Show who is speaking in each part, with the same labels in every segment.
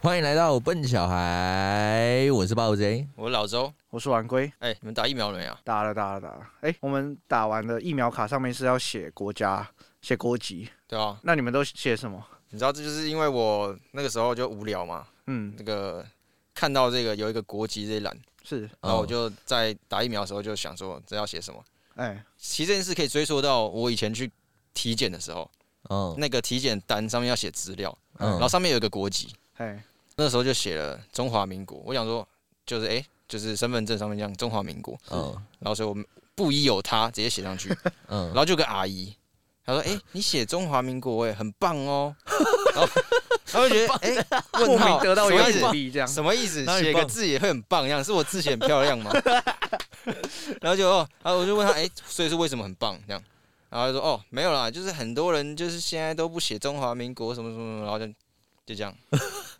Speaker 1: 欢迎来到笨小孩，我是暴贼。
Speaker 2: 我老周，
Speaker 3: 我是晚归，
Speaker 2: 哎、你们打疫苗了没有？
Speaker 3: 打了打了打了。哎、我们打完的疫苗卡上面是要写国家、写国籍，
Speaker 2: 对啊，
Speaker 3: 那你们都写什么？
Speaker 2: 你知道这就是因为我那个时候就无聊嘛，
Speaker 3: 嗯，
Speaker 2: 那个看到这个有一个国籍这一栏，
Speaker 3: 是，
Speaker 1: 嗯
Speaker 2: 然后我就在打疫苗的时候就想说这要写什么。
Speaker 3: 哎、
Speaker 2: 其实这件事可以追溯到我以前去体检的时候，
Speaker 1: 哦，嗯
Speaker 2: 那个体检单上面要写资料，
Speaker 1: 嗯
Speaker 2: 然后上面有一个国籍，
Speaker 3: 哎，
Speaker 2: 那时候就写了中华民国。我想说就是哎、就是身份证上面这样中华民国，
Speaker 1: 嗯
Speaker 2: 然后所以我不疑有他，直接写上去。然
Speaker 1: 嗯，
Speaker 2: 后就有个阿姨，她说：“哎、你写中华民国哎、很棒哦。”然后她就觉得：“哎、
Speaker 3: 莫
Speaker 2: 问
Speaker 3: 名
Speaker 2: 号
Speaker 3: 得到一
Speaker 2: 什么
Speaker 3: 个
Speaker 2: 意
Speaker 3: 鼓
Speaker 2: 思？
Speaker 3: 励，这样
Speaker 2: 什么意思
Speaker 1: 哪？里
Speaker 2: 写个
Speaker 1: 棒
Speaker 2: 字也会很棒一样，是我字写很漂亮吗？” 然后就哦，然后我就问她：“哎、所以是为什么很棒这样？”然后她说：“哦，没有啦，就是很多人就是现在都不写中华民国什么什么什么，然后就就这样？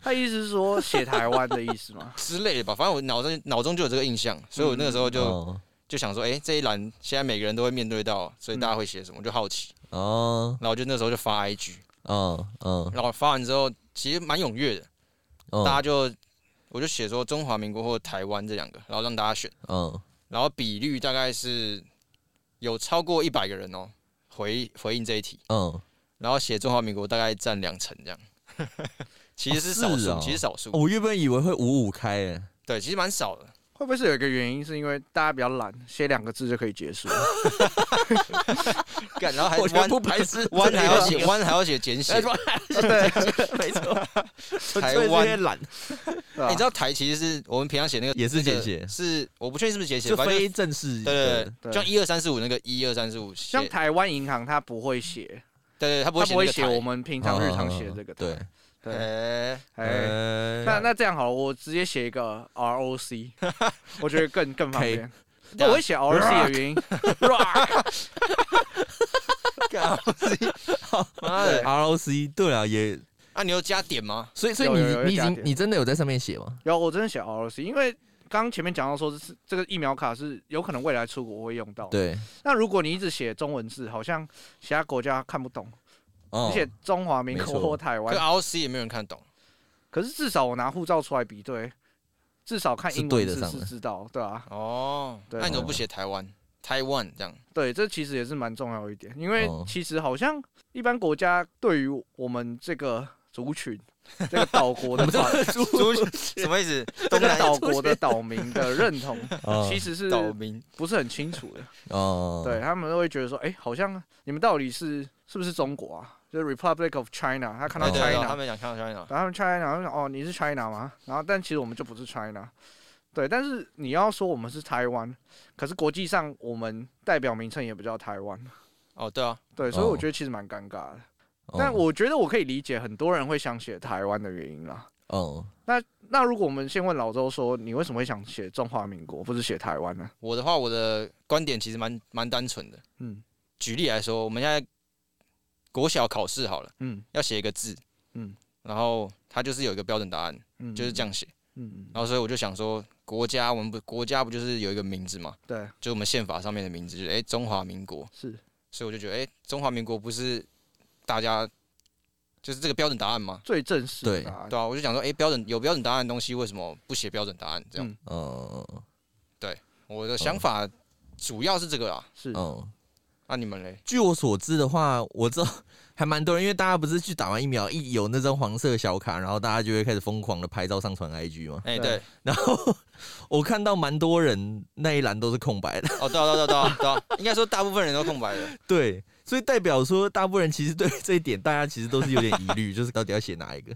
Speaker 3: 他意思是说写台湾的意思吗
Speaker 2: 之类的吧。反正我脑中脑中就有这个印象，所以我那个时候就、
Speaker 1: 哦
Speaker 2: 就想说：哎、这一栏现在每个人都会面对到，所以大家会写什么？我就好奇，
Speaker 1: 哦
Speaker 2: 然后我就那时候就发 IG。”
Speaker 1: 哦哦
Speaker 2: 然后发完之后，其实蛮踊跃的，
Speaker 1: 哦，
Speaker 2: 大家就我就写说中华民国或台湾这两个，然后让大家选，
Speaker 1: 嗯
Speaker 2: 然后比率大概是有超过一百个人哦，回回应这一题，
Speaker 1: 嗯，
Speaker 2: 然后写中华民国大概占两成这样，其实是少
Speaker 1: 是
Speaker 2: 数，
Speaker 1: 哦
Speaker 2: 其实少数，
Speaker 1: 我原本以为会五五开 诶，
Speaker 2: 对，其实蛮少的，
Speaker 3: 会不会是有一个原因，是因为大家比较懒，写两个字就可以结束了？
Speaker 2: 干然后还
Speaker 1: 我觉得
Speaker 2: 弯
Speaker 1: 不排斥
Speaker 2: 弯还要
Speaker 1: 这哎
Speaker 2: 写
Speaker 1: 个
Speaker 2: 弯还要写简写，
Speaker 1: 对，没 错，我
Speaker 2: 台
Speaker 1: 最近
Speaker 2: 湾
Speaker 1: 在懒
Speaker 3: 对啊吧
Speaker 2: 你知道台其实是我们平常写那个
Speaker 1: 也是简写
Speaker 2: 那个是我不确定是不是简写，
Speaker 1: 就
Speaker 2: 反正就
Speaker 1: 非
Speaker 2: 是
Speaker 1: 正式
Speaker 2: 对对
Speaker 1: 的，
Speaker 2: 对，
Speaker 3: 对
Speaker 2: 像一二三四五那个一二三四五写，
Speaker 3: 像
Speaker 2: 对
Speaker 3: 台湾银行，他不会写，
Speaker 2: 对，他不会
Speaker 3: 他
Speaker 2: 写那
Speaker 3: 不会
Speaker 2: 个
Speaker 3: 写
Speaker 2: 台
Speaker 3: 我们平常日常
Speaker 1: 嗯
Speaker 3: 写这个台。
Speaker 1: 对，
Speaker 3: 对，
Speaker 2: 哎
Speaker 3: 哎，
Speaker 1: 呃
Speaker 3: 那 那这样好了，我直接写一个 ROC，我觉得更更方
Speaker 1: K
Speaker 3: 便。我会写 ROC 的 原因，
Speaker 2: 干妈的，
Speaker 1: ROC 对啊，也
Speaker 2: 啊，你有加点吗？
Speaker 1: 所以所以
Speaker 3: 有有有
Speaker 1: 你你已
Speaker 3: 加
Speaker 1: 经
Speaker 3: 点
Speaker 1: 你真的有在上面写吗？
Speaker 3: 有，我真的写 ROC，因为刚刚前面讲到说，这是这个疫苗卡是有可能未来出国会用到。。
Speaker 1: 对，
Speaker 3: 那如果你一直写中文字，好像其他国家看不懂，
Speaker 1: 哦
Speaker 3: 你写中华民
Speaker 1: 没
Speaker 3: 国
Speaker 1: 错啊
Speaker 3: 或台
Speaker 2: 可
Speaker 3: 湾，
Speaker 2: ROC 也没有人看懂，
Speaker 3: 可是至少我拿护照出来比对，至少看
Speaker 1: 是
Speaker 3: 英
Speaker 1: 对
Speaker 3: 文
Speaker 1: 得
Speaker 3: 字
Speaker 1: 上
Speaker 3: 是
Speaker 1: 的
Speaker 3: 知道，对啊，
Speaker 2: 哦，
Speaker 3: 对
Speaker 2: 那你怎么不写台湾？台湾 这样，
Speaker 3: 对，这其实也是蛮重要一点，因为
Speaker 1: 哦
Speaker 3: 其实好像一般国家对于我们这个族群。这个岛国的岛，
Speaker 2: 猪什么意思？
Speaker 3: 这个岛国的岛民的认同，
Speaker 1: 哦
Speaker 3: 其实是
Speaker 2: 岛民
Speaker 3: 不是很清楚的。
Speaker 1: 哦，
Speaker 3: 对他们都会觉得说，哎、好像你们到底是是不是中国啊？就是 Republic of China，他看到
Speaker 2: 对对
Speaker 3: China，
Speaker 2: 对，他们想看到 China，
Speaker 3: 然后他们 China，然后想哦你是 China 吗？然后但其实我们就不是 China，对，但是你要说我们是台湾，可是国际上我们代表名称也不叫台湾，
Speaker 2: 哦，对啊，
Speaker 3: 对，所以
Speaker 1: 哦
Speaker 3: 我觉得其实蛮尴尬的。
Speaker 1: 哦，
Speaker 3: 但我觉得我可以理解很多人会想写台湾的原因啦。
Speaker 1: 哦，
Speaker 3: 那如果我们先问老周说，你为什么会想写中华民国，不是写台湾呢？
Speaker 2: 我的话，我的观点其实蛮蛮单纯的。
Speaker 3: 嗯
Speaker 2: 举例来说，我们现在国小考试好了，
Speaker 3: 嗯
Speaker 2: 要写一个字，
Speaker 3: 嗯
Speaker 2: 然后它就是有一个标准答案，
Speaker 3: 嗯，
Speaker 2: 就是这
Speaker 3: 样。
Speaker 2: 样写。
Speaker 3: 嗯嗯，
Speaker 2: 然后所以我就想说，国家我们不国家不就是有一个名字嘛？
Speaker 3: 对，
Speaker 2: 就我们宪法上面的名字，就是哎中华民国。
Speaker 3: 是
Speaker 2: 所以我就觉得，哎、中华民国不是大家就是这个标准答案吗？
Speaker 3: 最正式
Speaker 1: 对
Speaker 3: 的答案。
Speaker 2: 对啊，我就想说，哎、标准有标准答案的东西，为什么不写标准答案？这样，
Speaker 3: 嗯
Speaker 1: 哦，
Speaker 2: 我的想法主要是这个啦。
Speaker 3: 是
Speaker 1: 哦。
Speaker 2: 那、你们嘞？
Speaker 1: 据我所知的话，我知道还蛮多人，因为大家不是去打完疫苗，一有那张黄色小卡，然后大家就会开始疯狂的拍照上传 IG 嘛。
Speaker 2: 哎、
Speaker 3: 对
Speaker 2: 对，
Speaker 1: 然后我看到蛮多人那一栏都是空白的，
Speaker 2: 哦，对啊，对啊，对啊，对啊，应该说大部分人都空白的。
Speaker 1: 对，所以代表说大部分人其实对这一点，大家其实都是有点疑虑，就是到底要写哪一个。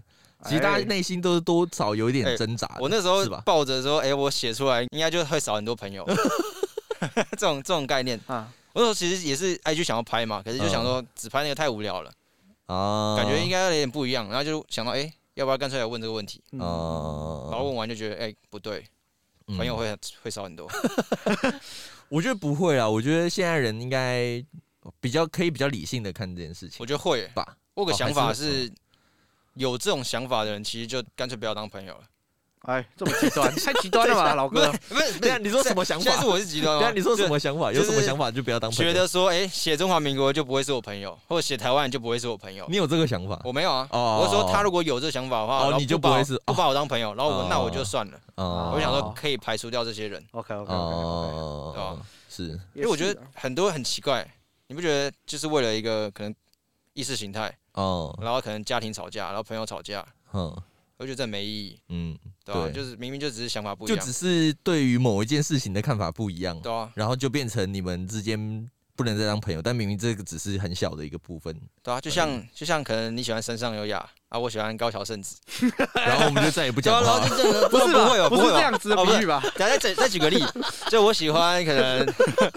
Speaker 1: 其实大
Speaker 3: 哎
Speaker 1: 家内心都是多少有一点
Speaker 2: 哎
Speaker 1: 挣扎的。
Speaker 2: 我那时候
Speaker 1: 啊是吧
Speaker 2: 抱着说，哎、我写出来应该就会少很多朋友。 这种这种概念，
Speaker 3: 啊，
Speaker 2: 我那时候其实也是 IG 想要拍嘛，可是就想说只拍那个太无聊了，
Speaker 1: 啊，
Speaker 2: 感觉应该有点不一样，然后就想到，哎、要不要干脆来问这个问题？
Speaker 3: 嗯
Speaker 1: 啊，
Speaker 2: 然后问完就觉得，哎、不对，
Speaker 1: 嗯
Speaker 2: 朋友会会少很多。
Speaker 1: 我觉得不会啦，我觉得现在人应该比较可以比较理性的看这件事情
Speaker 2: 我觉得会耶，
Speaker 1: 吧。
Speaker 2: 我有个
Speaker 1: 哦
Speaker 2: 想
Speaker 1: 还
Speaker 2: 法
Speaker 1: 是
Speaker 2: 是，有这种想法的人，其实就干脆不要当朋友了。
Speaker 3: 哎，这么极 端，太极端了吧，老
Speaker 2: 不是
Speaker 3: 哥？
Speaker 2: 不是不
Speaker 1: 对啊，
Speaker 2: 是，
Speaker 1: 你说什么想
Speaker 2: 现在是
Speaker 1: 法？
Speaker 2: 我是极端
Speaker 1: 对啊，
Speaker 2: 吗？
Speaker 1: 你说什
Speaker 2: 哦就
Speaker 1: 么想法？
Speaker 2: 就
Speaker 1: 有
Speaker 2: 是
Speaker 1: 什么想法就不要当朋
Speaker 2: 觉
Speaker 1: 友。
Speaker 2: 得说，哎、写中华民国就不会是我朋友，或者写台湾就不会是我朋友。
Speaker 1: 你有这个想法
Speaker 2: 我没有啊，
Speaker 1: 哦
Speaker 2: 我是说他如果有这想法的话，
Speaker 1: 哦
Speaker 2: 然后
Speaker 1: 你就
Speaker 2: 不把
Speaker 1: 不会
Speaker 2: 我
Speaker 1: 是
Speaker 2: 不
Speaker 1: 哦
Speaker 2: 把我当朋友，然后我、
Speaker 1: 哦
Speaker 2: 那我就算了。
Speaker 1: 哦
Speaker 2: 我就想说可以排除掉这些人，
Speaker 3: OK OK OK，
Speaker 1: 哦，
Speaker 2: 对啊吧
Speaker 1: 是
Speaker 2: 因为
Speaker 3: 啊
Speaker 2: 我觉得很多很奇怪，你不觉得就是为了一个可能意识形态，
Speaker 1: 哦，
Speaker 2: 然后可能家庭吵架，然后朋友吵架，
Speaker 1: 嗯
Speaker 2: 我觉得这没意义，
Speaker 1: 嗯，
Speaker 2: 对吧、啊
Speaker 1: 对
Speaker 2: 就是明明就只是想法不一
Speaker 1: 就
Speaker 2: 样
Speaker 1: 只，是对于某一件事情的看法不一样，
Speaker 2: 对啊，
Speaker 1: 然后就变成你们之间不能再当朋友，但明明这个只是很小的一个部分，
Speaker 2: 对啊，就像就像可能你喜欢山上优雅啊，我喜欢高桥圣子，
Speaker 1: 然后我们就再也不
Speaker 2: 对啊，
Speaker 1: 讲
Speaker 2: 然
Speaker 1: 话
Speaker 2: 后
Speaker 1: 了。
Speaker 2: 就这样，
Speaker 3: 不是 吧
Speaker 2: 不会有，
Speaker 3: 不是
Speaker 2: 会有
Speaker 3: 这样子的
Speaker 2: 哦不
Speaker 3: 比
Speaker 2: 是
Speaker 3: 喻吧？
Speaker 2: 等下再再再举个 例，就我喜欢可能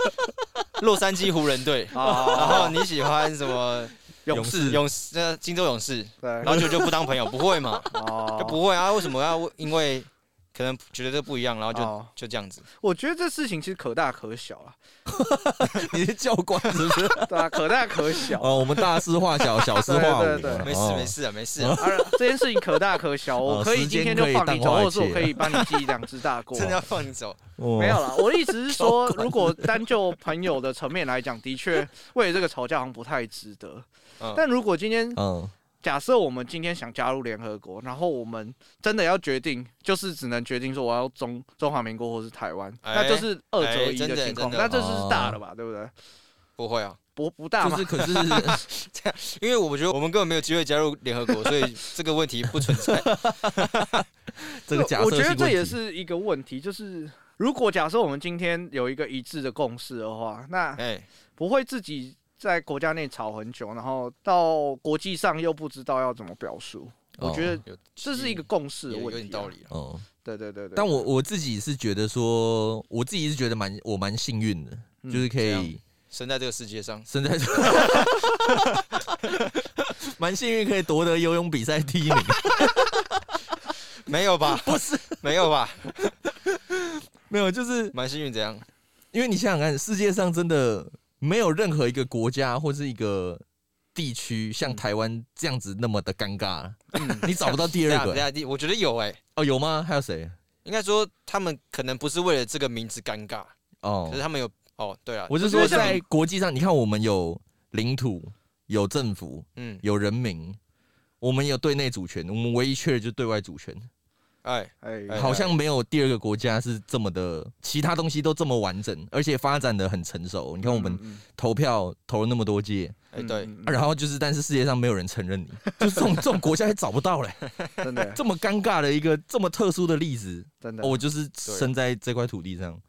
Speaker 2: 洛杉矶湖人 队，然后
Speaker 3: 啊，
Speaker 2: 你喜欢什么
Speaker 1: 勇士
Speaker 2: 哦勇士、呃、金州勇士，
Speaker 3: 哦对
Speaker 2: 然，后就就不当朋友，不会 嘛？
Speaker 3: 哦
Speaker 2: 就不会啊？为什么要因为可能觉得这不一样，然后就、
Speaker 3: 哦
Speaker 2: 就这样子？
Speaker 3: 我觉得这事情其实可大可小啊，
Speaker 1: 你是教官是不 是？
Speaker 3: 对啊，可大可小。
Speaker 1: 哦，我们大事化小，小事化
Speaker 3: 对对
Speaker 1: 无
Speaker 3: 对
Speaker 1: 嘛。
Speaker 2: 没事
Speaker 1: 哦
Speaker 2: 没。事啊，没事啊，
Speaker 3: 啊，这件事情可大可小，我
Speaker 1: 哦
Speaker 3: 可以
Speaker 1: 时间
Speaker 3: 今天就
Speaker 1: 可以
Speaker 3: 放
Speaker 1: 淡
Speaker 3: 你头，
Speaker 1: 化一
Speaker 3: 或者我
Speaker 1: 切
Speaker 3: 可以帮你记两只大过
Speaker 2: 真。的要放你走？
Speaker 1: 哦
Speaker 3: 没有啦，我的意思是 说，如果单就朋友的层面来讲，的确为了这个吵架好像不太值得
Speaker 2: 嗯。
Speaker 3: 但如果今天
Speaker 1: 嗯，
Speaker 3: 假设我们今天想加入联合国，然后我们真的要决定，就是只能决定说我要中中华民国或是台湾，
Speaker 2: 哎
Speaker 3: 那就是二择
Speaker 2: 哎
Speaker 3: 一
Speaker 2: 真的
Speaker 3: 情况。
Speaker 2: 真的哦
Speaker 3: 那这就是大了吧，对不对？
Speaker 2: 不会啊，
Speaker 3: 不不大
Speaker 1: 就
Speaker 3: 嘛，
Speaker 1: 是 可是
Speaker 2: 因为我觉得我们根本没有机会加入联合国，所以这个问题不存在。
Speaker 1: 这个假设
Speaker 3: 我
Speaker 1: 性
Speaker 3: 觉得这
Speaker 1: 问
Speaker 3: 也
Speaker 1: 题
Speaker 3: 是一个问题，就是如果假设我们今天有一个一致的共识的话，那
Speaker 2: 哎，
Speaker 3: 不会自己在国家内吵很久，然后到国际上又不知道要怎么表述。我觉得
Speaker 2: 有
Speaker 3: 这是一个共识的
Speaker 2: 有有
Speaker 3: 问题、啊
Speaker 2: 点道。理了。啊
Speaker 1: 哦。哦
Speaker 3: 对对对对。
Speaker 1: 但我我自己是觉得说，我自己是觉得蛮我蛮幸运的，
Speaker 3: 嗯
Speaker 1: 就是可
Speaker 2: 怎样
Speaker 1: 以
Speaker 2: 生在这个世界上，
Speaker 1: 生在这， 蛮幸运可以夺得游泳比赛第一名。
Speaker 2: 没有 吧？不是， 没有吧？
Speaker 1: 没有，就是
Speaker 2: 蛮幸运怎样？
Speaker 1: 因为你想想看，世界上真的没有任何一个国家或是一个地区像
Speaker 3: 嗯
Speaker 1: 台湾这样子那么的尴尬，
Speaker 3: 嗯
Speaker 1: 你找不到第
Speaker 2: 等
Speaker 1: 二
Speaker 2: 下等
Speaker 1: 个。
Speaker 2: 下，第我觉得有哎、
Speaker 1: 哦，有吗？还有谁？
Speaker 2: 应该说他们可能不是为了这个名字尴尬，可
Speaker 1: 哦
Speaker 2: 是，他们有哦，对啊，
Speaker 1: 我是
Speaker 3: 我觉
Speaker 1: 说
Speaker 3: 得像
Speaker 1: 在国际上，你看我们有领土、有政府、
Speaker 2: 嗯，
Speaker 1: 有人民，我们有对内主权，我们唯一缺的就是对外主权。
Speaker 2: 哎，
Speaker 3: 哎
Speaker 2: 哎
Speaker 1: 好像没有第二个国家是这么的，其他东西都这么完整，而且发展的很成熟。你看我们
Speaker 3: 嗯
Speaker 1: 投票投了那么多届，
Speaker 2: 哎，对，
Speaker 3: 嗯
Speaker 1: 啊然后就是，但是世界上没有人承认你， 就是这种这种国家也找不 到嘞。
Speaker 3: 真的
Speaker 1: 这么尴尬的一个这么特殊的例子，
Speaker 3: 真的，
Speaker 1: 哦我就是生在这块土地上，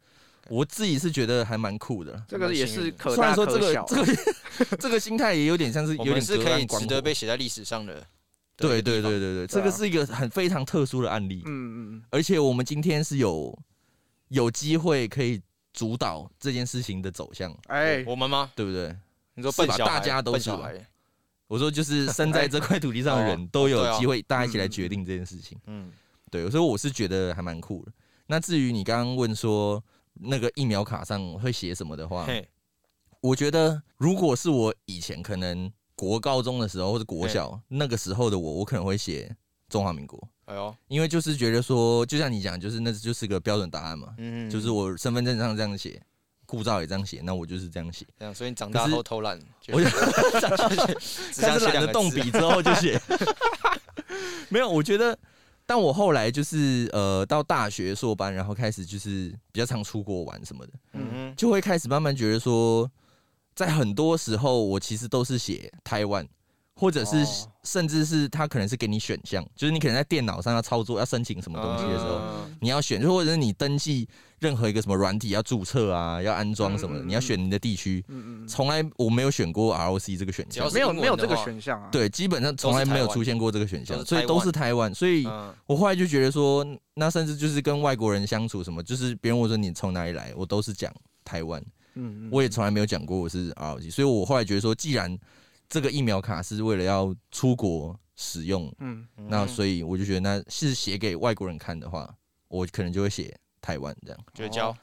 Speaker 1: 我自己是觉得还蛮酷的啦。
Speaker 3: 这个也是可
Speaker 1: 虽然
Speaker 3: 大
Speaker 1: 说这
Speaker 3: 可
Speaker 1: 个
Speaker 3: 小。
Speaker 1: 这个 这个心态也有点像是
Speaker 2: 我
Speaker 1: 有
Speaker 2: 们
Speaker 1: 点
Speaker 2: 是
Speaker 1: 隔
Speaker 2: 可以
Speaker 1: 岸观
Speaker 2: 值
Speaker 1: 火
Speaker 2: 得被写在历史上的。的一
Speaker 1: 对对
Speaker 2: 个地方
Speaker 1: 对对，对，这
Speaker 3: 对
Speaker 1: 个
Speaker 3: 啊
Speaker 1: 是一个很非常特殊的案例。
Speaker 3: 嗯嗯
Speaker 1: 而且我们今天是有有机会可以主导这件事情的走向，
Speaker 3: 嗯，哎
Speaker 2: 我，我们吗？
Speaker 1: 对不对？
Speaker 2: 你说
Speaker 1: 是吧
Speaker 2: 笨小
Speaker 1: 大
Speaker 2: 孩，
Speaker 1: 家都
Speaker 2: 笨
Speaker 1: 是啊
Speaker 2: 小
Speaker 1: 吧
Speaker 2: 孩，
Speaker 1: 我说就是生在这块土地上的人
Speaker 2: 哎哦
Speaker 1: 都
Speaker 2: 对
Speaker 1: 有
Speaker 2: 啊
Speaker 1: 机会，大家一起来决定这件事情。
Speaker 2: 嗯，
Speaker 1: 对，所以我是觉得还蛮酷的。那至于你刚刚问说那个疫苗卡上会写什么的话，
Speaker 2: 嘿，
Speaker 1: 我觉得如果是我以前可能国高中的时候或者国小那个时候的我，我可能会写中华民国，
Speaker 2: 哎呦，
Speaker 1: 因为就是觉得说，就像你讲，就是那就是个标准答案嘛。
Speaker 2: 嗯，
Speaker 1: 就是我身份证上这样写，护照也这样写，那我就是这样写。
Speaker 2: 这样，所以你长大后偷懒，
Speaker 1: 我就
Speaker 2: 只
Speaker 1: 但
Speaker 2: 想
Speaker 1: 是
Speaker 2: 写
Speaker 1: 懒
Speaker 2: 两
Speaker 1: 得
Speaker 2: 个
Speaker 1: 动
Speaker 2: 字，
Speaker 1: 笔之后就写， 没有，我觉得。但我后来就是呃，到大学硕班，然后开始就是比较常出国玩什么的，
Speaker 2: 嗯
Speaker 1: 就会开始慢慢觉得说，在很多时候我其实都是写台湾，或者是
Speaker 3: 哦
Speaker 1: 甚至是他可能是给你选项，就是你可能在电脑上要操作要申请什么东西的时候，
Speaker 2: 嗯
Speaker 1: 你要选，就或者是你登记任何一个什么软体要注册啊，要安装什么的，
Speaker 3: 嗯嗯嗯
Speaker 1: 你要选你的地区。
Speaker 3: 嗯嗯
Speaker 1: 从来我没有选过 ROC 这个选
Speaker 2: 只要
Speaker 1: 项
Speaker 2: 是，
Speaker 3: 没有
Speaker 2: 英文的
Speaker 3: 没有这个
Speaker 2: 话
Speaker 3: 选项啊。，
Speaker 1: 对，基本上从来没有出现过这个选
Speaker 2: 都
Speaker 1: 项，
Speaker 2: 是台
Speaker 1: 所
Speaker 2: 湾
Speaker 1: 以都是台湾。所以
Speaker 2: 嗯，
Speaker 1: 我后来就觉得说，那甚至就是跟外国人相处什么，就是别人问我说你从哪里来，我都是讲台湾，
Speaker 3: 嗯嗯，
Speaker 1: 我也从来没有讲过我是 ROC。所以我后来觉得说，既然这个疫苗卡是为了要出国使用，
Speaker 3: 嗯
Speaker 1: 那所以我就觉得那是写给外国人看的话，我可能就会写台湾这样。
Speaker 2: 绝交，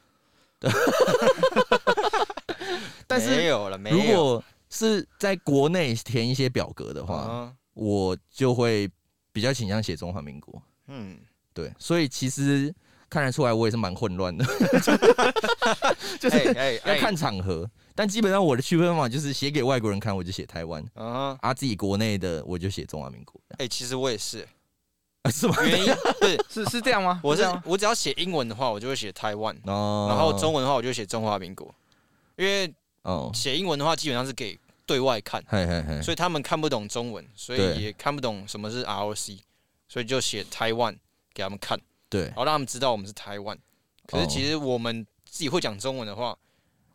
Speaker 1: 但
Speaker 2: 没
Speaker 1: 是
Speaker 2: 有了，没
Speaker 1: 如
Speaker 2: 有，
Speaker 1: 果是在国内填一些表格的话，
Speaker 2: 嗯
Speaker 1: 我就会比较倾向写中华民国。
Speaker 2: 嗯，
Speaker 1: 对，所以其实看得出来我也是蛮混 乱的，
Speaker 2: 就是哎
Speaker 1: 要
Speaker 2: 哎
Speaker 1: 看场合。但基本上我的区分方法就是写给外国人看，我就写台湾；
Speaker 2: 啊哈，
Speaker 1: 啊，自己国内的我就写中华民国，
Speaker 2: 哎，其实我也是，
Speaker 1: 啊是吗？
Speaker 2: 原因不是
Speaker 3: 是是这样吗？
Speaker 2: 我
Speaker 3: 这
Speaker 2: 是
Speaker 3: 样吗
Speaker 2: 我只要写英文的话，我就会写台湾，
Speaker 1: 哦，
Speaker 2: 然后中文的话我就写中华民国，因为
Speaker 1: 哦，
Speaker 2: 写英文的话基本上是给对外看，
Speaker 1: 嘿嘿嘿，
Speaker 2: 所以他们看不懂中文，所
Speaker 1: 对
Speaker 2: 以也看不懂什么是 ROC，所以就写台湾给他们看，
Speaker 1: 对
Speaker 2: 然，后让他们知道我们是台湾。可
Speaker 3: 哦
Speaker 2: 是其实我们自己会讲中文的话，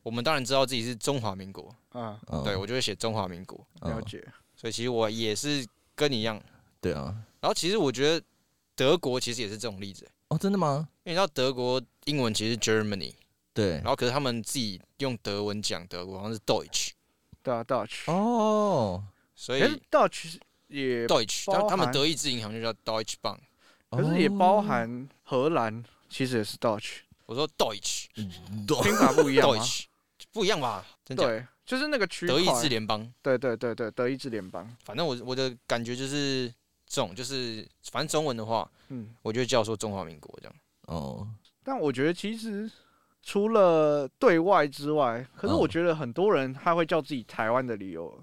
Speaker 2: 我们当然知道自己是中华民国，
Speaker 3: 嗯，
Speaker 1: 哦
Speaker 2: 对我就会写中华民国。
Speaker 1: 哦
Speaker 3: 了解。
Speaker 2: 所以其实我也是跟你一样。
Speaker 1: 对啊，
Speaker 2: 然后其实我觉得德国其实也是这种例子，
Speaker 1: 哦，真的吗？
Speaker 2: 因为你知道德国英文其实是 Germany，
Speaker 1: 对
Speaker 2: 然，后可是他们自己用德文讲德国，好像是 Deutsch，
Speaker 3: 对啊，Dutch，
Speaker 1: 哦，
Speaker 2: 所
Speaker 3: 可
Speaker 2: 以
Speaker 3: 是 Dutch 也，
Speaker 2: Deutsch，
Speaker 3: 包
Speaker 2: 他
Speaker 3: 含
Speaker 2: 他们德意志银行就叫 Deutsche Bank。
Speaker 1: 哦
Speaker 3: 可是也包含荷兰，其实也是 Dutch，
Speaker 2: 我说 Deutsch
Speaker 1: 嗯
Speaker 3: 拼法不一样吗？
Speaker 2: Deutsch 不一样吧？真假？
Speaker 3: 对，就是那个区块。
Speaker 2: 德意志联邦，
Speaker 3: 对对对对，德意志联邦。
Speaker 2: 反正我我的感觉就是这种，就是反正中文的话，
Speaker 3: 嗯，
Speaker 2: 我就叫说中华民国这样。
Speaker 1: 哦，
Speaker 3: 但我觉得其实除了对外之外，可是
Speaker 1: 嗯
Speaker 3: 我觉得很多人他会叫自己台湾的理由，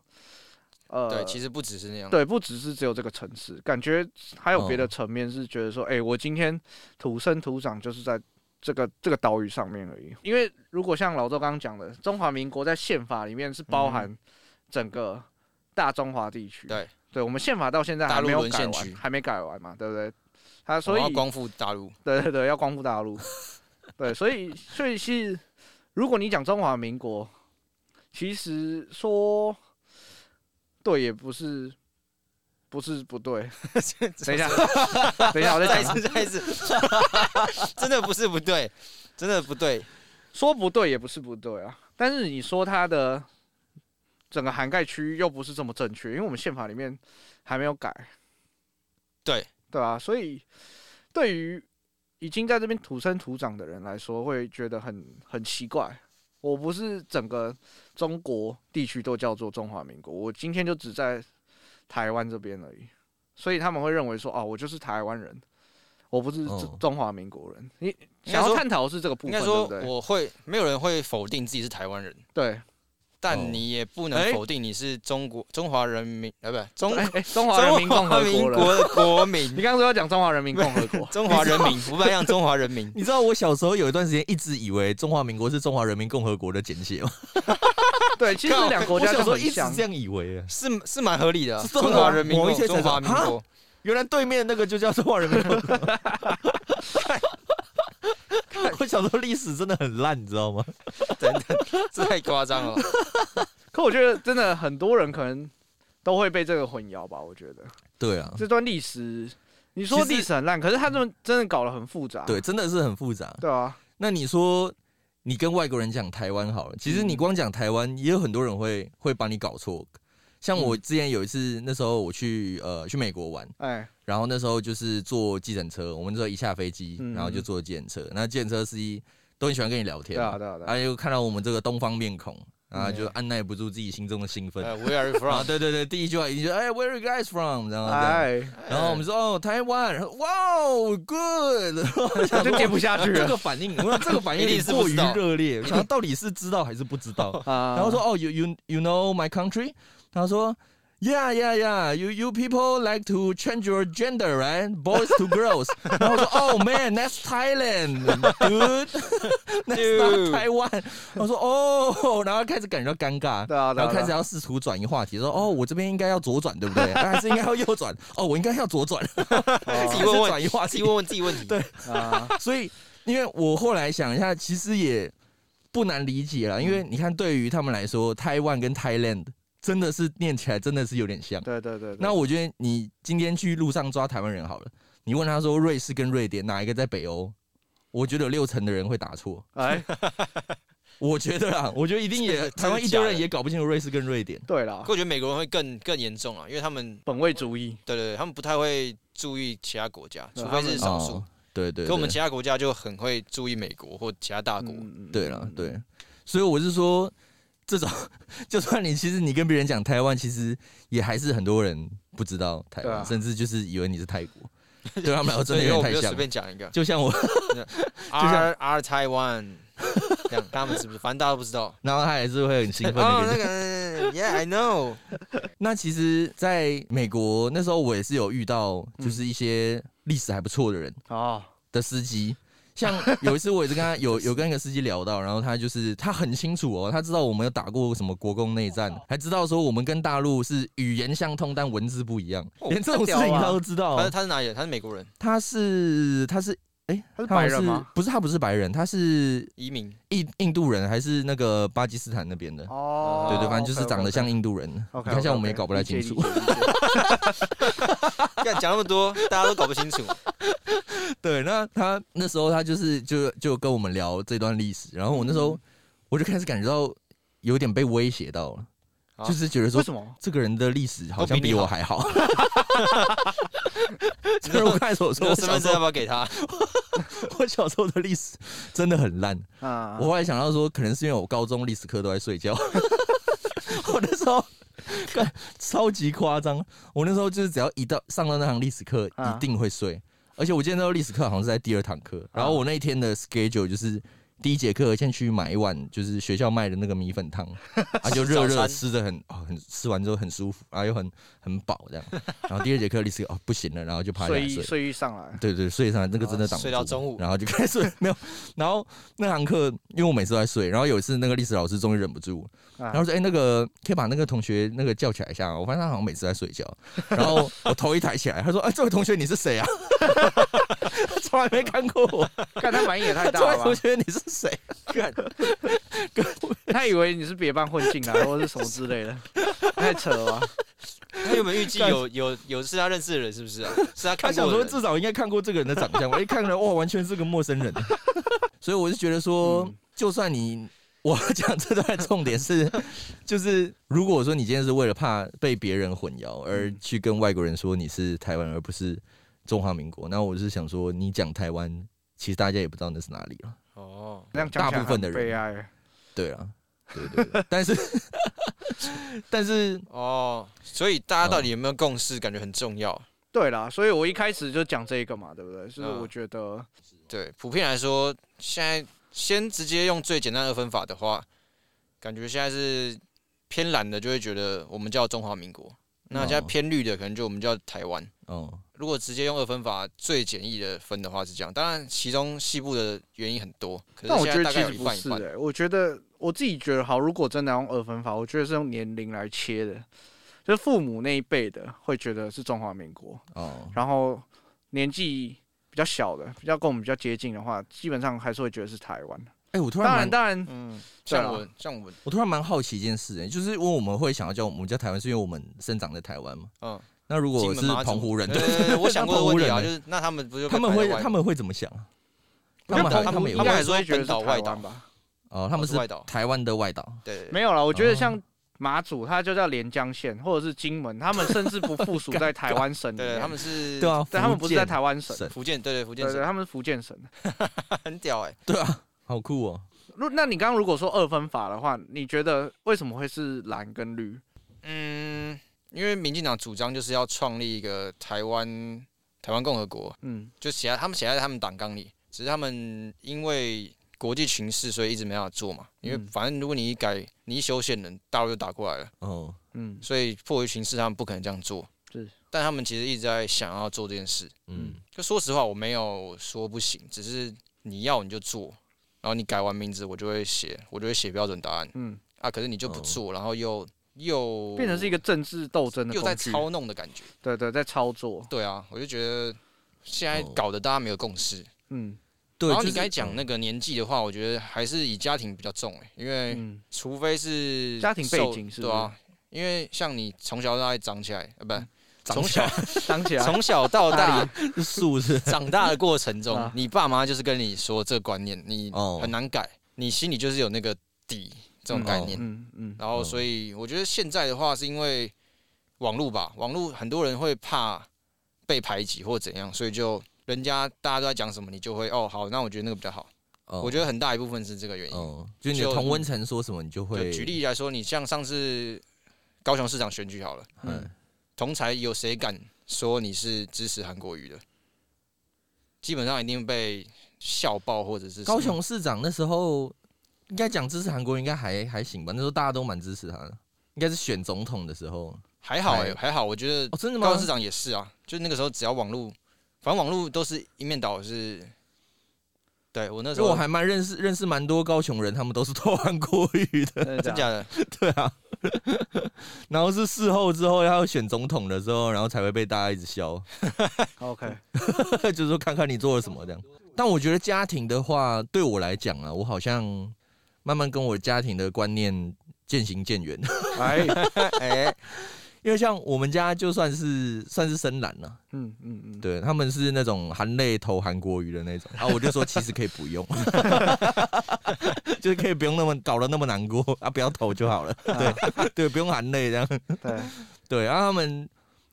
Speaker 3: 呃，
Speaker 2: 对，其实不只是那样。
Speaker 3: 对，不只是只有这个城市，感觉还有别的
Speaker 1: 嗯
Speaker 3: 层面是觉得说，哎、我今天土生土长就是在这个这个岛屿上面而已。因为如果像老周刚刚讲的，中华民国在宪法里面是包含整个大中华地区、
Speaker 2: 嗯对，
Speaker 3: 对我们宪法到现在
Speaker 2: 大
Speaker 3: 还
Speaker 2: 陆
Speaker 3: 没有
Speaker 2: 沦
Speaker 3: 改
Speaker 2: 陷
Speaker 3: 完，
Speaker 2: 区
Speaker 3: 还没改完嘛，对不对？他所
Speaker 2: 我们要
Speaker 3: 以
Speaker 2: 光复大 陆，
Speaker 3: 对对对，要光复大陆。 对，所以所以是，如果你讲中华民国，其实说对也不是，不是不对。等一下，等一下，我
Speaker 2: 再
Speaker 3: 再
Speaker 2: 一
Speaker 3: 讲。
Speaker 2: 次，再一次， 真的不是不对，真的不对。
Speaker 3: 说不对也不是不对啊，但是你说它的整个涵盖区域又不是这么正确，因为我们宪法里面还没有改。
Speaker 2: 对
Speaker 3: 对啊，所以对于已经在这边土生土长的人来说，会觉得很很奇怪。我不是整个中国地区都叫做中华民国，我今天就只在台湾这边而已，所以他们会认为说，哦，我就是台湾人，我不是
Speaker 1: 哦
Speaker 3: 中中华民国人。你
Speaker 2: 嗯应该
Speaker 3: 想要
Speaker 2: 说
Speaker 3: 探讨的是这个部
Speaker 2: 应
Speaker 3: 分，
Speaker 2: 该
Speaker 3: 对
Speaker 2: 说
Speaker 3: 不对？
Speaker 2: 我会，没有人会否定自己是台湾人，
Speaker 3: 对，
Speaker 1: 哦
Speaker 2: 但你也不
Speaker 3: 哎
Speaker 2: 能否定你是中国中华人民，呃，不，中
Speaker 3: 哎、哎中华人
Speaker 2: 中
Speaker 3: 民共
Speaker 2: 华
Speaker 3: 和
Speaker 2: 民
Speaker 3: 国人。
Speaker 2: 国的国
Speaker 3: 你
Speaker 2: 民，，
Speaker 3: 刚刚说要讲中华人民共和国
Speaker 2: 中华人民，我本来讲中华人民，
Speaker 1: 你知道我小时候有一段时间一直以为中华民国是中华人民共和国的简写吗？
Speaker 3: 对，其实这两个
Speaker 1: 我
Speaker 3: 国家
Speaker 1: 小
Speaker 3: 就
Speaker 1: 时候
Speaker 3: 很
Speaker 1: 一直
Speaker 3: 像
Speaker 1: 这，样以为，
Speaker 2: 是是蛮合理的啊、
Speaker 1: 是
Speaker 2: 中
Speaker 1: 真的吗
Speaker 2: 华人民
Speaker 1: 某
Speaker 2: 共
Speaker 1: 一些
Speaker 2: 中华民
Speaker 1: 才知
Speaker 2: 国，
Speaker 1: 原来对面那个就叫中华人民共和国。 我小时候历史真的很烂，你知道吗？
Speaker 2: 真的，这太夸张了吧。
Speaker 3: 可我觉得真的很多人可能都会被这个混淆吧。我觉得
Speaker 1: 对啊，
Speaker 3: 这段历史，你说
Speaker 1: 其实
Speaker 3: 历史很烂，可是他们真的搞得很复杂。
Speaker 1: 对，真的是很复杂。
Speaker 3: 对啊，
Speaker 1: 那你说你跟外国人讲台湾好了，其
Speaker 3: 嗯
Speaker 1: 实你光讲台湾，也有很多人会会把你搞错。像我
Speaker 3: 嗯
Speaker 1: 之前有一次，那时候我去呃去美国玩，
Speaker 3: 哎，
Speaker 1: 然后那时候就是坐计程车，我们那时候一下飞机，
Speaker 3: 嗯
Speaker 1: 然后就坐计程车。那计程车司机都很喜欢跟你聊
Speaker 3: 对
Speaker 1: 天
Speaker 3: 啊，
Speaker 1: 嘛，
Speaker 3: 对啊，对啊
Speaker 1: 啊，又看到我们这个东方面孔，啊，
Speaker 3: 嗯
Speaker 1: 就按耐不住自己心中的兴奋。
Speaker 2: 呃，Where are you
Speaker 1: 啊，
Speaker 2: from？
Speaker 1: 对对对，第一句话一定就哎，Where are you guys from？然后这样，
Speaker 3: 哎，
Speaker 1: 然后我们说哦，台湾，然后哇哦，good，然后想
Speaker 3: 就
Speaker 1: 说
Speaker 3: 接不下去
Speaker 1: 这
Speaker 3: 了
Speaker 1: 个反应，我想这个反应有
Speaker 2: 一
Speaker 1: 点
Speaker 2: 定是
Speaker 1: 过
Speaker 2: 不
Speaker 1: 于
Speaker 2: 知道
Speaker 1: 热烈，我想到底是知道还是不知道？
Speaker 3: 啊。
Speaker 1: 然后说哦，you you you know my country？他说，yeah yeah yeah，you you people like to change your gender right？boys to girls。然后我 说，oh man，that's Thailand，dude，that's
Speaker 2: Dude
Speaker 1: not Taiwan。我说哦，然后开始感觉到尴尬。
Speaker 3: 对啊，
Speaker 1: 然
Speaker 3: 对啊，
Speaker 1: 后开始
Speaker 3: 对啊
Speaker 1: 要试图转移话题，说：“哦，我这边应该要左转，对不对？啊还是应该要右转？哦，我应该要左转。
Speaker 2: 自
Speaker 1: 开
Speaker 2: 己
Speaker 1: 始
Speaker 2: 啊问
Speaker 1: 转移
Speaker 2: 问，
Speaker 1: 话
Speaker 2: 自
Speaker 1: 题
Speaker 2: 己问问自己问题。
Speaker 1: 啊 对
Speaker 3: 啊，
Speaker 1: 所以，因为我后来想一下，其实也不难理解啦。因
Speaker 2: 嗯
Speaker 1: 为你看，对于他们来说，台湾跟 Thailand 真的是念起来真的是有点像。
Speaker 3: 对对对。对
Speaker 1: 那我觉得你今天去路上抓台湾人好了，你问他说瑞士跟瑞典哪一个在北欧，我觉得有六成的人会答错。
Speaker 3: 哎，
Speaker 1: 我觉得啦，我觉得一定也台湾一堆人也搞不清楚瑞士跟瑞典。
Speaker 3: 对啦
Speaker 2: 可，我觉得美国人会更更严重啊，因为他们
Speaker 3: 本位主义，
Speaker 2: 对对对，他们不太会注意其他国家，
Speaker 3: 对
Speaker 2: 除非是少数
Speaker 1: 哦。，对对对。
Speaker 2: 可我们其他国家就很会注意美国或其他大国。
Speaker 3: 嗯
Speaker 1: 对了，对，，所以我是说，这种 就算你其实你跟别人讲台湾，其实也还是很多人不知道台
Speaker 3: 对
Speaker 1: 湾，
Speaker 3: 啊
Speaker 1: 甚至就是以为你是泰国。对他们来哦说真的
Speaker 2: 所以
Speaker 1: 有
Speaker 2: 我
Speaker 1: 点
Speaker 2: 们
Speaker 1: 太
Speaker 2: 就
Speaker 1: 像
Speaker 2: 随。便讲一 个
Speaker 1: 就像我，
Speaker 2: ，R R Taiwan，这样他们知不知？反正大家都不知道。
Speaker 1: 然后他还是会很兴奋
Speaker 2: 哦，
Speaker 1: 的
Speaker 2: 那
Speaker 1: 跟你。
Speaker 2: 个，Yeah，I know。
Speaker 1: 那其实，在美国那时候，我也是有遇到，就是一些历史还不错的人
Speaker 3: 哦，
Speaker 1: 的司 机。像有一次，我也是跟他有有跟一个司机聊到，然后他就是他很清楚哦，他知道我们有打过什么国共内战，
Speaker 3: 哦
Speaker 1: 还知道说我们跟大陆是语言相通，但文字不一样，
Speaker 2: 哦
Speaker 1: 连这种事
Speaker 3: 太
Speaker 1: 情
Speaker 3: 屌啊了
Speaker 1: 他都知道
Speaker 2: 他 是
Speaker 1: 哦。
Speaker 2: 他是哪里人？他是美国人，
Speaker 1: 他是他是
Speaker 3: 他是
Speaker 1: 好
Speaker 3: 白
Speaker 1: 像
Speaker 3: 人吗？？
Speaker 1: 不是，他不是白人，他是
Speaker 2: 移民。
Speaker 1: 印印度人还是那个巴基斯坦那边的。
Speaker 3: 哦，
Speaker 1: 对对，反正
Speaker 3: OK，
Speaker 1: 就是长得
Speaker 3: OK，OK
Speaker 1: 像印度人。你
Speaker 3: OK，
Speaker 1: 看，像我们
Speaker 3: OK，OK，
Speaker 1: 也搞不太清
Speaker 3: 理解
Speaker 1: 楚。。
Speaker 3: 理解理解
Speaker 2: 干讲那么多，大家都搞 不清楚。
Speaker 1: 对，那他那时候他就是就就跟我们聊这段历史，然后我那时候我就开始感觉到有点被威胁到了，
Speaker 2: 啊
Speaker 1: 就是觉得
Speaker 3: 为
Speaker 1: 说
Speaker 3: 什么？
Speaker 1: 这个人的历史好
Speaker 2: 都
Speaker 1: 像
Speaker 2: 比你
Speaker 1: 比我
Speaker 2: 好
Speaker 1: 还 好。 就是我刚才所
Speaker 2: 你
Speaker 1: 说，
Speaker 2: 的
Speaker 1: 我
Speaker 2: 身
Speaker 1: 小
Speaker 2: 份
Speaker 1: 时
Speaker 2: 证要
Speaker 1: 候
Speaker 2: 不要给他？
Speaker 1: 我小时候的历史真的很烂。
Speaker 3: 啊
Speaker 1: 我，后来想到说，可能是因为我高中历史课都在睡觉， 我那时候干超级夸张。我那时候就是只要一到上到那堂历史课，
Speaker 3: 啊
Speaker 1: 一定会睡。而且我记得那时候历史课好像是在第二堂课，然后我那一天的 schedule 就是。第一节课先去买一碗就是学校卖的那个米粉汤，啊就热
Speaker 2: 吃早
Speaker 1: 热
Speaker 2: 餐
Speaker 1: 吃的很哦很吃完之后很舒服，啊又很很饱这样。然后第二节课历史课哦不行了，然后就趴下来
Speaker 3: 睡意
Speaker 1: 睡。
Speaker 3: 睡意上来，
Speaker 1: 对对，睡上来那个真的
Speaker 2: 然后
Speaker 1: 挡不
Speaker 2: 睡到
Speaker 1: 住
Speaker 2: 中午
Speaker 1: 然后就开始 没有，然后那堂课因为我每次都在睡，然后有一次那个历史老师终于忍不住，
Speaker 3: 然
Speaker 1: 然后说：“哎、那个可以把那个同学那个叫起来一下。”哦我发现他好像每次在睡觉，然后我头一抬起来，他说：“哎、这位同学你是谁啊？” 他从来没看过我，
Speaker 3: 看他反应也太大
Speaker 1: 这位
Speaker 3: 了吧
Speaker 1: 同，学你是谁？啊
Speaker 3: 他以为你是别班混进来或者是什么之类的，太扯了吧？
Speaker 2: 他有没有预计有有有是他认识的人是不 是啊？是
Speaker 1: 他
Speaker 2: 他看
Speaker 1: 想
Speaker 2: 过的
Speaker 1: 说
Speaker 2: 人
Speaker 1: 至少应该看过这个人的长相，我一看人哇，完全是个陌生人。所以我就觉得说，
Speaker 3: 嗯
Speaker 1: 就算你我要讲这段的重点是，就是如果说你今天是为了怕被别人混淆而去跟外国人说你是台湾而不是中华民国，那我是想说，你讲台湾，其实大家也不知道那是哪里了。
Speaker 2: 哦，
Speaker 3: 这样讲起来
Speaker 1: 大部分的人
Speaker 3: 很悲哀。
Speaker 1: 对啊，对对对，但是但是
Speaker 2: 哦，所以大家到底有没有共识，感觉很重要。
Speaker 3: 对啦，所以我一开始就讲这个嘛，对不对？就是
Speaker 2: 嗯
Speaker 3: 我觉得，
Speaker 2: 对，普遍来说，现在先直接用最简单的分法的话，感觉现在是偏蓝的就会觉得我们叫中华民国，那现在
Speaker 1: 哦
Speaker 2: 偏绿的可能就我们叫台湾。
Speaker 1: 哦，
Speaker 2: 如果直接用二分法最简易的分的话是这样，当然其中细部的原因很多，可
Speaker 3: 但
Speaker 2: 是
Speaker 3: 我
Speaker 2: 现
Speaker 3: 觉
Speaker 2: 在
Speaker 3: 得
Speaker 2: 大
Speaker 3: 其
Speaker 2: 概
Speaker 3: 实
Speaker 2: 有一
Speaker 3: 不
Speaker 2: 半一
Speaker 3: 是
Speaker 2: 半。
Speaker 3: 欸我觉得我自己觉得好，如果真的要用二分法，我觉得是用年龄来切的，就是父母那一辈的会觉得是中华民国，
Speaker 1: 哦，
Speaker 3: 然后年纪比较小的，比较跟我们比较接近的话，基本上还是会觉得是台湾。
Speaker 1: 哎、我突
Speaker 3: 当
Speaker 1: 然
Speaker 3: 然，
Speaker 1: 蛮
Speaker 3: 当然，
Speaker 2: 嗯，
Speaker 3: 对啊
Speaker 2: 像我像我，
Speaker 1: 我突然蛮好奇一件事、欸，就是因为我们会想要叫我们叫台湾，是因为我们生长在台湾嘛。
Speaker 2: 嗯，
Speaker 1: 那如果我是
Speaker 2: 金门马祖
Speaker 1: 澎湖人，
Speaker 2: 对对对，我想过的
Speaker 1: 澎湖
Speaker 2: 问题
Speaker 1: 人
Speaker 2: 啊，
Speaker 1: 欸
Speaker 2: 就是那他们不就被
Speaker 1: 他们
Speaker 2: 排在
Speaker 1: 会
Speaker 2: 外
Speaker 1: 他们会怎么想啊？
Speaker 3: 我
Speaker 1: 他
Speaker 3: 觉
Speaker 1: 们还
Speaker 3: 得澎
Speaker 2: 他
Speaker 1: 他
Speaker 3: 湖
Speaker 1: 们
Speaker 2: 也
Speaker 1: 有
Speaker 3: 应
Speaker 2: 他们
Speaker 3: 该
Speaker 2: 还
Speaker 3: 还是会觉得
Speaker 2: 说本
Speaker 3: 是
Speaker 2: 岛
Speaker 3: 台
Speaker 2: 外岛
Speaker 3: 湾吧？
Speaker 1: 哦，他们
Speaker 2: 是
Speaker 1: 是
Speaker 2: 外岛
Speaker 1: 台湾的外岛
Speaker 2: 对对对
Speaker 3: 没有啦，我觉
Speaker 2: 嗯
Speaker 3: 得
Speaker 1: 哦
Speaker 3: 像马祖，它就叫连江县或者是金门，他们甚至不附属在台湾省里
Speaker 2: 对，
Speaker 3: 面
Speaker 2: 他们是
Speaker 1: 对啊，
Speaker 3: 对，他们不是在
Speaker 1: 福
Speaker 3: 台湾
Speaker 1: 建
Speaker 3: 省，
Speaker 1: 省，
Speaker 2: 福建，对对福
Speaker 3: 对
Speaker 2: 建
Speaker 3: 对，
Speaker 2: 省
Speaker 3: 他们是福建省。
Speaker 2: 很屌哎，
Speaker 1: 对啊，好酷哦。
Speaker 3: 如那你刚刚如果说二分法的话，你觉得为什么会是蓝跟绿？
Speaker 2: 嗯，因为民进党主张就是要创立一个台湾台湾共和国，
Speaker 3: 嗯，
Speaker 2: 就写在他们写在他们党纲里，只是他们因为国际情势，所以一直没办法做嘛。因为
Speaker 3: 嗯
Speaker 2: 反正如果你一改，你一修宪人，大陆就打过来了，
Speaker 1: 哦，
Speaker 3: 嗯，
Speaker 2: 所以迫于情势，他们不可能这样做。
Speaker 3: 是，
Speaker 2: 但他们其实一直在想要做这件事。
Speaker 1: 嗯，
Speaker 2: 就说实话，我没有说不行，只是你要你就做，然后你改完名字，我就会写，我就会写标准答案
Speaker 3: 嗯，
Speaker 2: 啊。可是你就不
Speaker 1: 哦
Speaker 2: 做，然后又又
Speaker 3: 变成是一个政治斗争的
Speaker 2: 又在
Speaker 3: 工具，
Speaker 2: 操弄的感觉。
Speaker 3: 对对，在操作，
Speaker 2: 对啊，我就觉得现在
Speaker 1: 哦
Speaker 2: 搞得大家没有共识。
Speaker 3: 嗯
Speaker 1: 对。
Speaker 2: 然后你
Speaker 1: 就是
Speaker 2: 刚才讲那个年纪的话，我觉得还是以家庭比较重、欸、因为
Speaker 3: 嗯，
Speaker 2: 除非是
Speaker 3: 家庭背
Speaker 2: 受
Speaker 3: 景是不
Speaker 2: 对啊，因为像你从小到大长起来，呃，不，
Speaker 1: 长
Speaker 2: 从
Speaker 1: 起
Speaker 2: 小
Speaker 1: 来
Speaker 3: 想嗯起来，
Speaker 2: 从小到大
Speaker 1: 是树是
Speaker 2: 长大的过程中
Speaker 3: 啊，
Speaker 2: 你爸妈就是跟你说这个观念，你
Speaker 1: 哦
Speaker 2: 很难改，你心里就是有那个底这种
Speaker 3: 嗯
Speaker 2: 概
Speaker 1: 哦
Speaker 2: 念。
Speaker 3: 嗯嗯，
Speaker 2: 然后，
Speaker 1: 嗯
Speaker 2: 所以我觉得现在的话，是因为网络吧，网络很多人会怕被排挤或怎样，所以就人家大家都在讲什么，你就会哦，好，那我觉得那个比较好。
Speaker 1: 哦，
Speaker 2: 我觉得很大一部分是这个原因。
Speaker 1: 哦，就你的同温层说什么，你就
Speaker 2: 就
Speaker 1: 会
Speaker 2: 举，例来说，你像上次高雄市长选举好了，
Speaker 1: 嗯
Speaker 2: 同才有谁敢说你是支持韩国瑜的？基本上一定被笑爆或者是
Speaker 1: 高
Speaker 2: 什么
Speaker 1: 雄市长那时候应该讲支持韩国瑜应该还还行吧，那时候大家都蛮支持他的，应该是选总统的时候。
Speaker 2: 还好哎、
Speaker 1: 还
Speaker 2: 还好，我觉得
Speaker 1: 哦，真的吗
Speaker 2: 高雄？市长也是啊，就那个时候只要网络，反正网络都是一面倒是。对我那时
Speaker 1: 因为
Speaker 2: 候
Speaker 1: 我还蛮认识认识蛮多高雄人，他们都是投韩国瑜的，
Speaker 3: 真的
Speaker 2: 真
Speaker 3: 假
Speaker 2: 假的，
Speaker 1: 对啊。然后是事后之后要选总统的时候，然后才会被大家一直笑。
Speaker 3: 的？OK，
Speaker 1: 就是说看看你做了什么这样。但我觉得家庭的话，对我来讲啊，我好像慢慢跟我家庭的观念渐行渐远。
Speaker 3: 哎，
Speaker 2: 哎，
Speaker 1: 因为像我们家就算是算是深蓝了、
Speaker 3: 嗯嗯嗯，
Speaker 1: 对他们是那种含泪投韩国瑜的那种啊，我就说其实可以不用， 就是可以不用那么搞得那么难过啊，不要投就好了。
Speaker 3: 对
Speaker 1: 对，不用含泪这样。
Speaker 3: 对，
Speaker 1: 对，然、后他们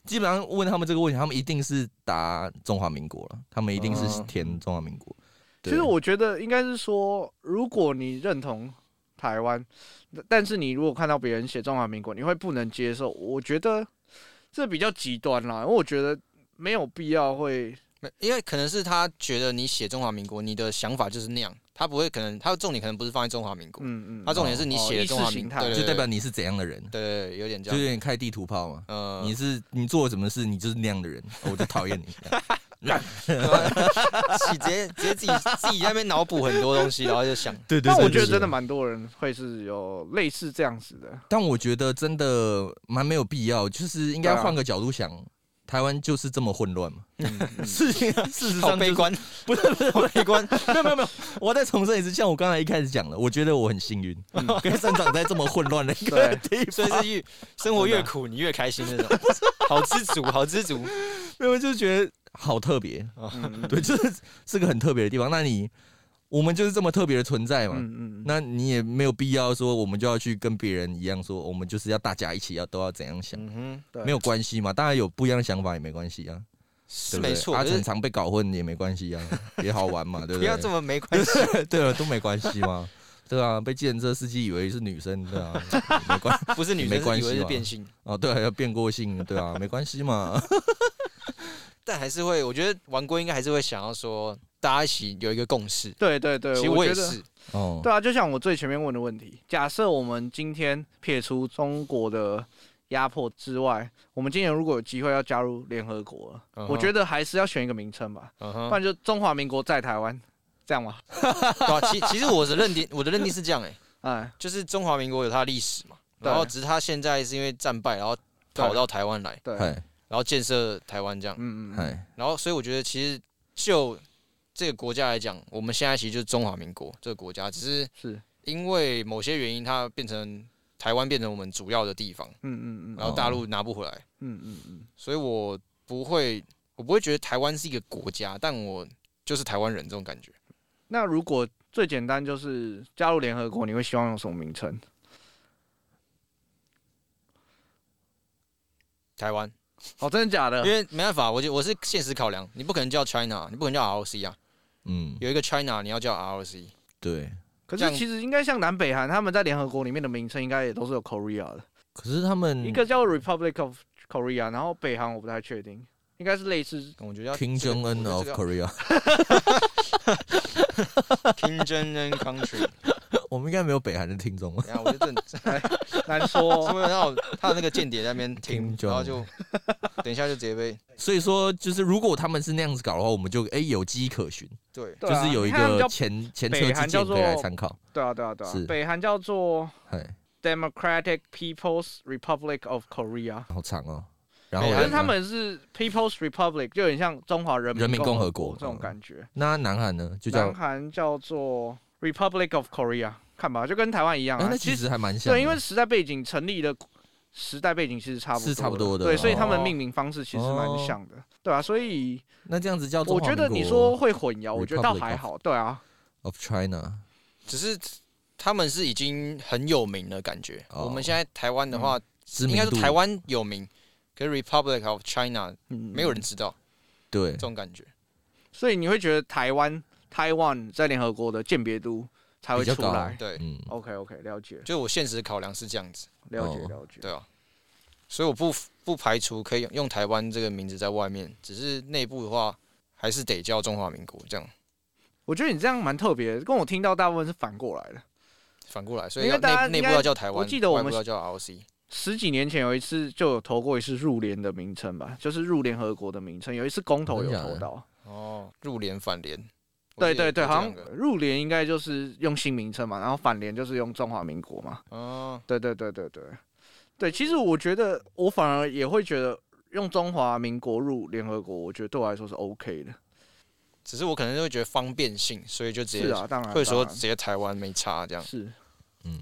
Speaker 1: 基本上问他们这个问题，他们一定是答中华民国了，他们一定是
Speaker 2: 哦
Speaker 1: 填中华民国。
Speaker 3: 其
Speaker 1: 对
Speaker 3: 实我觉得应该是说，如果你认同台湾，那但是你如果看到别人写中华民国，你会不能接受。我觉得这比较极端啦，因为我觉得没有必要会
Speaker 2: 没因为可能是他觉得你写中华民国，你的想法就是那样，他不会可能他的重点可能不是放在中华民国，
Speaker 3: 嗯嗯，
Speaker 2: 他重点是你
Speaker 3: 哦
Speaker 2: 写
Speaker 3: 意
Speaker 2: 中华
Speaker 3: 识
Speaker 2: 民
Speaker 3: 形
Speaker 2: 国，
Speaker 3: 态
Speaker 2: 对对
Speaker 1: 就
Speaker 2: 对
Speaker 1: 代表你是怎样的人，
Speaker 2: 对对对有点这
Speaker 1: 就有
Speaker 2: 样，
Speaker 1: 点开地图炮嘛。
Speaker 2: 嗯，
Speaker 1: 你是你做了什么事，你就是那样的人，哦我就讨厌你。
Speaker 2: 自己直接直接自己自己在那边脑补很多东西，然后就想，
Speaker 1: 对
Speaker 3: 但我觉得真的，蛮多人会是有类似这样子的，
Speaker 1: 但我觉得真的蛮没有必要，就是应该换个角度想，台湾就是这么混乱嘛。事情事实
Speaker 2: 好
Speaker 1: 上
Speaker 2: 悲
Speaker 1: 就是
Speaker 2: 观，不是不是好悲观，
Speaker 1: 没有没有没有，我再重申一次，像我刚才一开始讲的，我觉得我很幸运，可以生长在这么混乱的一个地方。
Speaker 2: 所以是越生活越苦，你越开心那种，好知足，好知足，
Speaker 1: 没有，就是觉得好特别，
Speaker 3: 嗯，
Speaker 1: 对，啊就是是个很特别的地方。那你我们就是这么特别的存在嘛，
Speaker 3: 嗯嗯嗯，
Speaker 1: 那你也没有必要说我们就要去跟别人一样说，我们就是要大家一起要都要怎样想，
Speaker 2: 嗯哼，
Speaker 3: 对
Speaker 1: 没有关系嘛。大家有不一样的想法也没关系啊，
Speaker 2: 是
Speaker 1: 对不对
Speaker 2: 没错，
Speaker 1: 阿
Speaker 2: 可是
Speaker 1: 成常被搞混也没关系啊，也好玩嘛，对
Speaker 2: 不
Speaker 1: 不对？
Speaker 2: 要这么没关系，
Speaker 1: 对啊了，都没关系嘛。对啊，被计程车司机以为是女生，对啊，没关
Speaker 2: 不是女
Speaker 1: 没
Speaker 2: 生
Speaker 1: 关
Speaker 2: 以为
Speaker 1: 系
Speaker 2: 是
Speaker 1: 嘛
Speaker 2: 变性，
Speaker 1: 哦，对、啊，要变过性，对啊，没关系 嘛。
Speaker 2: 但还是会，我觉得玩过应该还是会想要说，大家一起有一个共识。
Speaker 3: 对对对，
Speaker 2: 其实
Speaker 3: 我
Speaker 2: 也
Speaker 3: 觉得
Speaker 2: 是，
Speaker 1: 哦，
Speaker 3: 对啊，就像我最前面问的问题，假设我们今天撇除中国的压迫之外，我们今年如果有机会要加入联合国了
Speaker 2: 嗯哼
Speaker 3: 我觉得还是要选一个名称吧，
Speaker 2: 嗯
Speaker 3: 不
Speaker 2: 哼，
Speaker 3: 然就中华民国在台湾，这样嘛？
Speaker 2: 对啊其其实我的认定，我的认定是这样哎、
Speaker 3: 哎，
Speaker 2: 就是中华民国有它的历史嘛，
Speaker 3: 对
Speaker 2: 然后只是它现在是因为战败，然后跑到台湾来，
Speaker 3: 对，
Speaker 1: 嗨
Speaker 2: 然后建设台湾这样，
Speaker 3: 嗯嗯，
Speaker 1: 嗨，
Speaker 2: 然后所以我觉得其实就这个国家来讲，我们现在其实就是中华民国这个国家，只是
Speaker 3: 是，
Speaker 2: 因为某些原因，它变成台湾变成我们主要的地方，
Speaker 3: 嗯嗯嗯
Speaker 2: 然后大陆拿不回来，
Speaker 3: 嗯嗯嗯，
Speaker 2: 所以我不会，我不会觉得台湾是一个国家，但我就是台湾人这种感觉。
Speaker 3: 那如果最简单就是加入联合国，你会希望用什么名称？
Speaker 2: 台湾，
Speaker 3: 哦，真的假的
Speaker 2: 因？为没办法，我就我是现实考量，你不可能叫 China，你不可能叫 ROC 啊，
Speaker 1: 嗯，
Speaker 2: 有一个 China 你要叫 ROC，
Speaker 1: 对。
Speaker 3: 可
Speaker 2: 这
Speaker 3: 是
Speaker 2: 样
Speaker 3: 其实应该像南北韩，他们在联合国里面的名称应该也都是有 Korea 的。
Speaker 1: 可是他们
Speaker 3: 一个叫 Republic of Korea，然后北韩我不太确定，应该是类似
Speaker 2: 我觉得要
Speaker 1: King
Speaker 2: 这个
Speaker 1: Jong Un
Speaker 2: 我
Speaker 1: of
Speaker 2: 觉得
Speaker 1: Korea，
Speaker 2: 这个 Kim Jong Un Country，
Speaker 1: 我们应该没有北韩的听众吧。啊
Speaker 2: 然后我就正
Speaker 3: 难
Speaker 2: 后
Speaker 3: 说。
Speaker 2: 面然后他的那个间谍在那边听
Speaker 1: Kim，Jong
Speaker 2: 然后就等一下就直接被
Speaker 1: 所以说，就是如果他们是那样子搞的话，我们就哎、有迹可循，
Speaker 2: 对
Speaker 3: 对
Speaker 1: 就
Speaker 3: 啊
Speaker 1: 是有一
Speaker 3: 你看他们
Speaker 1: 个
Speaker 3: 叫
Speaker 1: 前前车
Speaker 3: 北
Speaker 1: 之
Speaker 3: 韩叫
Speaker 1: 鉴
Speaker 3: 做
Speaker 1: 可以来参考。
Speaker 3: 对啊，对啊，对啊
Speaker 1: 是，
Speaker 3: 北韩叫做
Speaker 1: 哎，
Speaker 3: Democratic People's Republic of Korea，
Speaker 1: 好长哦。然后
Speaker 2: 北
Speaker 1: 嘞
Speaker 2: 对韩
Speaker 3: 可是他们是 People's Republic，就有点像中华人
Speaker 1: 嗯人民
Speaker 3: 民
Speaker 1: 共
Speaker 3: 共
Speaker 1: 和国
Speaker 3: 国这种
Speaker 1: 嗯
Speaker 3: 感觉。
Speaker 1: 那南韩呢，就叫
Speaker 3: 南韩叫做 Republic of Korea，看吧，就跟台湾一样
Speaker 1: 哎、
Speaker 3: 啊。
Speaker 1: 那其实还蛮像的。
Speaker 3: 对，因为时代背景成立的时代背景其实差不多
Speaker 1: 是差不多的
Speaker 3: 对，所以他们
Speaker 2: 哦
Speaker 3: 命名方式其实蛮
Speaker 1: 哦
Speaker 3: 像的，对啊，所以
Speaker 1: 那这样子叫中
Speaker 3: 我
Speaker 1: 华
Speaker 3: 觉得
Speaker 1: 民国
Speaker 3: 你说会混淆，我觉得倒
Speaker 1: 哦 Republic
Speaker 3: 还
Speaker 1: of-
Speaker 3: 好，对啊，
Speaker 1: of China，
Speaker 2: 只是他们是已经很有名的感觉。
Speaker 1: 哦嗯
Speaker 2: 我们现在台湾的话，
Speaker 1: 知
Speaker 2: 应
Speaker 1: 名
Speaker 2: 该是
Speaker 1: 度
Speaker 2: 台湾有名，可是 Republic of China
Speaker 3: 嗯
Speaker 2: 没有人知道
Speaker 1: 对
Speaker 2: 这种感觉。
Speaker 3: 所以你会觉得台湾台湾在联合国的鉴别度才会
Speaker 1: 比较
Speaker 3: 出
Speaker 1: 高
Speaker 3: 来。
Speaker 2: 对，
Speaker 1: 嗯
Speaker 3: OK OK，了解
Speaker 2: 就我现实考量是这样子，
Speaker 3: 了解
Speaker 1: 哦
Speaker 3: 了解。
Speaker 2: 对啊，所以我不不排除可以用台湾这个名字在外面，只是内部的话。还是得叫中华民国这样
Speaker 3: 我觉得你这样蛮特别的，跟我听到大部分是反过来的。
Speaker 2: 反过来，所以
Speaker 3: 因为
Speaker 2: 要
Speaker 3: 大家
Speaker 2: 内内部
Speaker 3: 应该
Speaker 2: 要叫台湾，
Speaker 3: 我记得我们
Speaker 2: 外部要叫 ROC，
Speaker 3: 十几年前有一次就有投过一次入联的名称吧，就是入联合国的名称，有一次公投有
Speaker 1: 真的假
Speaker 3: 投
Speaker 1: 的
Speaker 3: 到。
Speaker 2: 哦，入联反联，我
Speaker 3: 对
Speaker 2: 记得
Speaker 3: 对对，
Speaker 2: 有这
Speaker 3: 好
Speaker 2: 两
Speaker 3: 像
Speaker 2: 个
Speaker 3: 入联应该就是用新名称嘛，然后反联就是用中华民国嘛。
Speaker 2: 哦，
Speaker 3: 对对对对对，对，其实我觉得我反而也会觉得用中华民国入联合国，我觉得对我来说是 OK 的。
Speaker 2: 只是我可能就会觉得方便性，所以就直
Speaker 3: 是
Speaker 2: 接
Speaker 3: 啊，当然
Speaker 2: 会说
Speaker 3: 当
Speaker 2: 直接
Speaker 3: 然
Speaker 2: 台湾没差这样，
Speaker 3: 是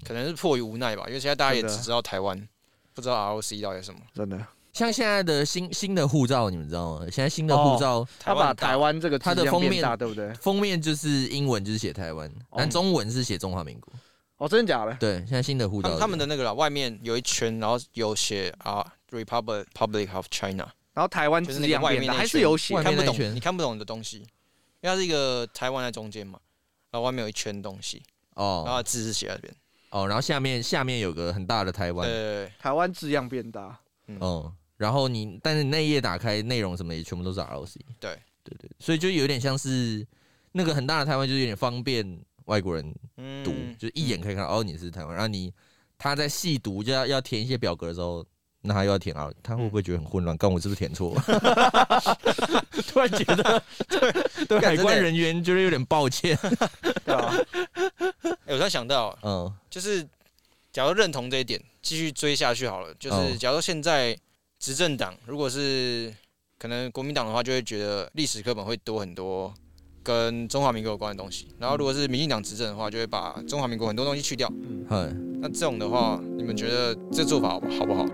Speaker 2: 可能是迫于无奈吧，因为现在大家也
Speaker 3: 真的
Speaker 2: 只知道台湾，不知道 ROC 到底是什么。
Speaker 3: 真的。
Speaker 1: 像现在的新新的护照，你们知道吗？现在新的护照、
Speaker 3: 他把
Speaker 2: 很大
Speaker 3: 台湾这个字
Speaker 1: 它的
Speaker 3: 量
Speaker 1: 封
Speaker 3: 变
Speaker 1: 面
Speaker 3: 大，对不对？
Speaker 1: 封面就是英文就是写台湾，
Speaker 3: 哦
Speaker 1: 但中文是写中华民国。
Speaker 3: 哦，真的假的？
Speaker 1: 对，现在新的护
Speaker 2: 他
Speaker 1: 照
Speaker 2: 们他们的那个啦，外面有一圈，然后有写啊 Republic Public of China，
Speaker 3: 然后台湾
Speaker 2: 就是
Speaker 3: 字
Speaker 2: 那个
Speaker 3: 量
Speaker 2: 外
Speaker 3: 变
Speaker 2: 面
Speaker 3: 大，
Speaker 2: 那一
Speaker 3: 还是
Speaker 2: 圈
Speaker 3: 有写
Speaker 1: 外
Speaker 2: 你看
Speaker 1: 面那
Speaker 2: 不
Speaker 1: 一圈
Speaker 2: 懂，你看不懂的东西，因为它是一个台湾在中间嘛，然后外面有一圈东西，然
Speaker 1: 哦
Speaker 2: 后字是写在那边，
Speaker 1: 哦，然后下面下面有个很大的台
Speaker 2: 对
Speaker 1: 湾，
Speaker 2: 对，对
Speaker 3: 台湾字量变大。
Speaker 1: 哦，然后你但是你那一页打开内容什么也全部都是 ROC，
Speaker 2: 对
Speaker 1: 对对，所以就有点像是那个很大的台湾，就是有点方便外国人
Speaker 2: 嗯，
Speaker 1: 读，就是一眼可以看到哦你是台湾，然后你他在细读就要要填一些表格的时候。那他又要填 R，他会不会觉得很混乱？刚我是不是填 错？突然觉得对 对
Speaker 2: 干
Speaker 1: 海
Speaker 2: 真的
Speaker 1: 关人员觉得有点抱歉。
Speaker 3: 对啊，
Speaker 2: 哎，我突然想到，
Speaker 1: 嗯，
Speaker 2: 就是假如认同这一点，继续追下去好了，就
Speaker 1: 哦
Speaker 2: 是假如现在执政党如果是可能国民党的话，就会觉得历史课本会多很多。跟中华民国有关的东西，然后如果是民进党执政的话，就会把中华民国很多东西去掉，
Speaker 1: 嗨，
Speaker 2: 那这种的话，你们觉得这做法好不好不好？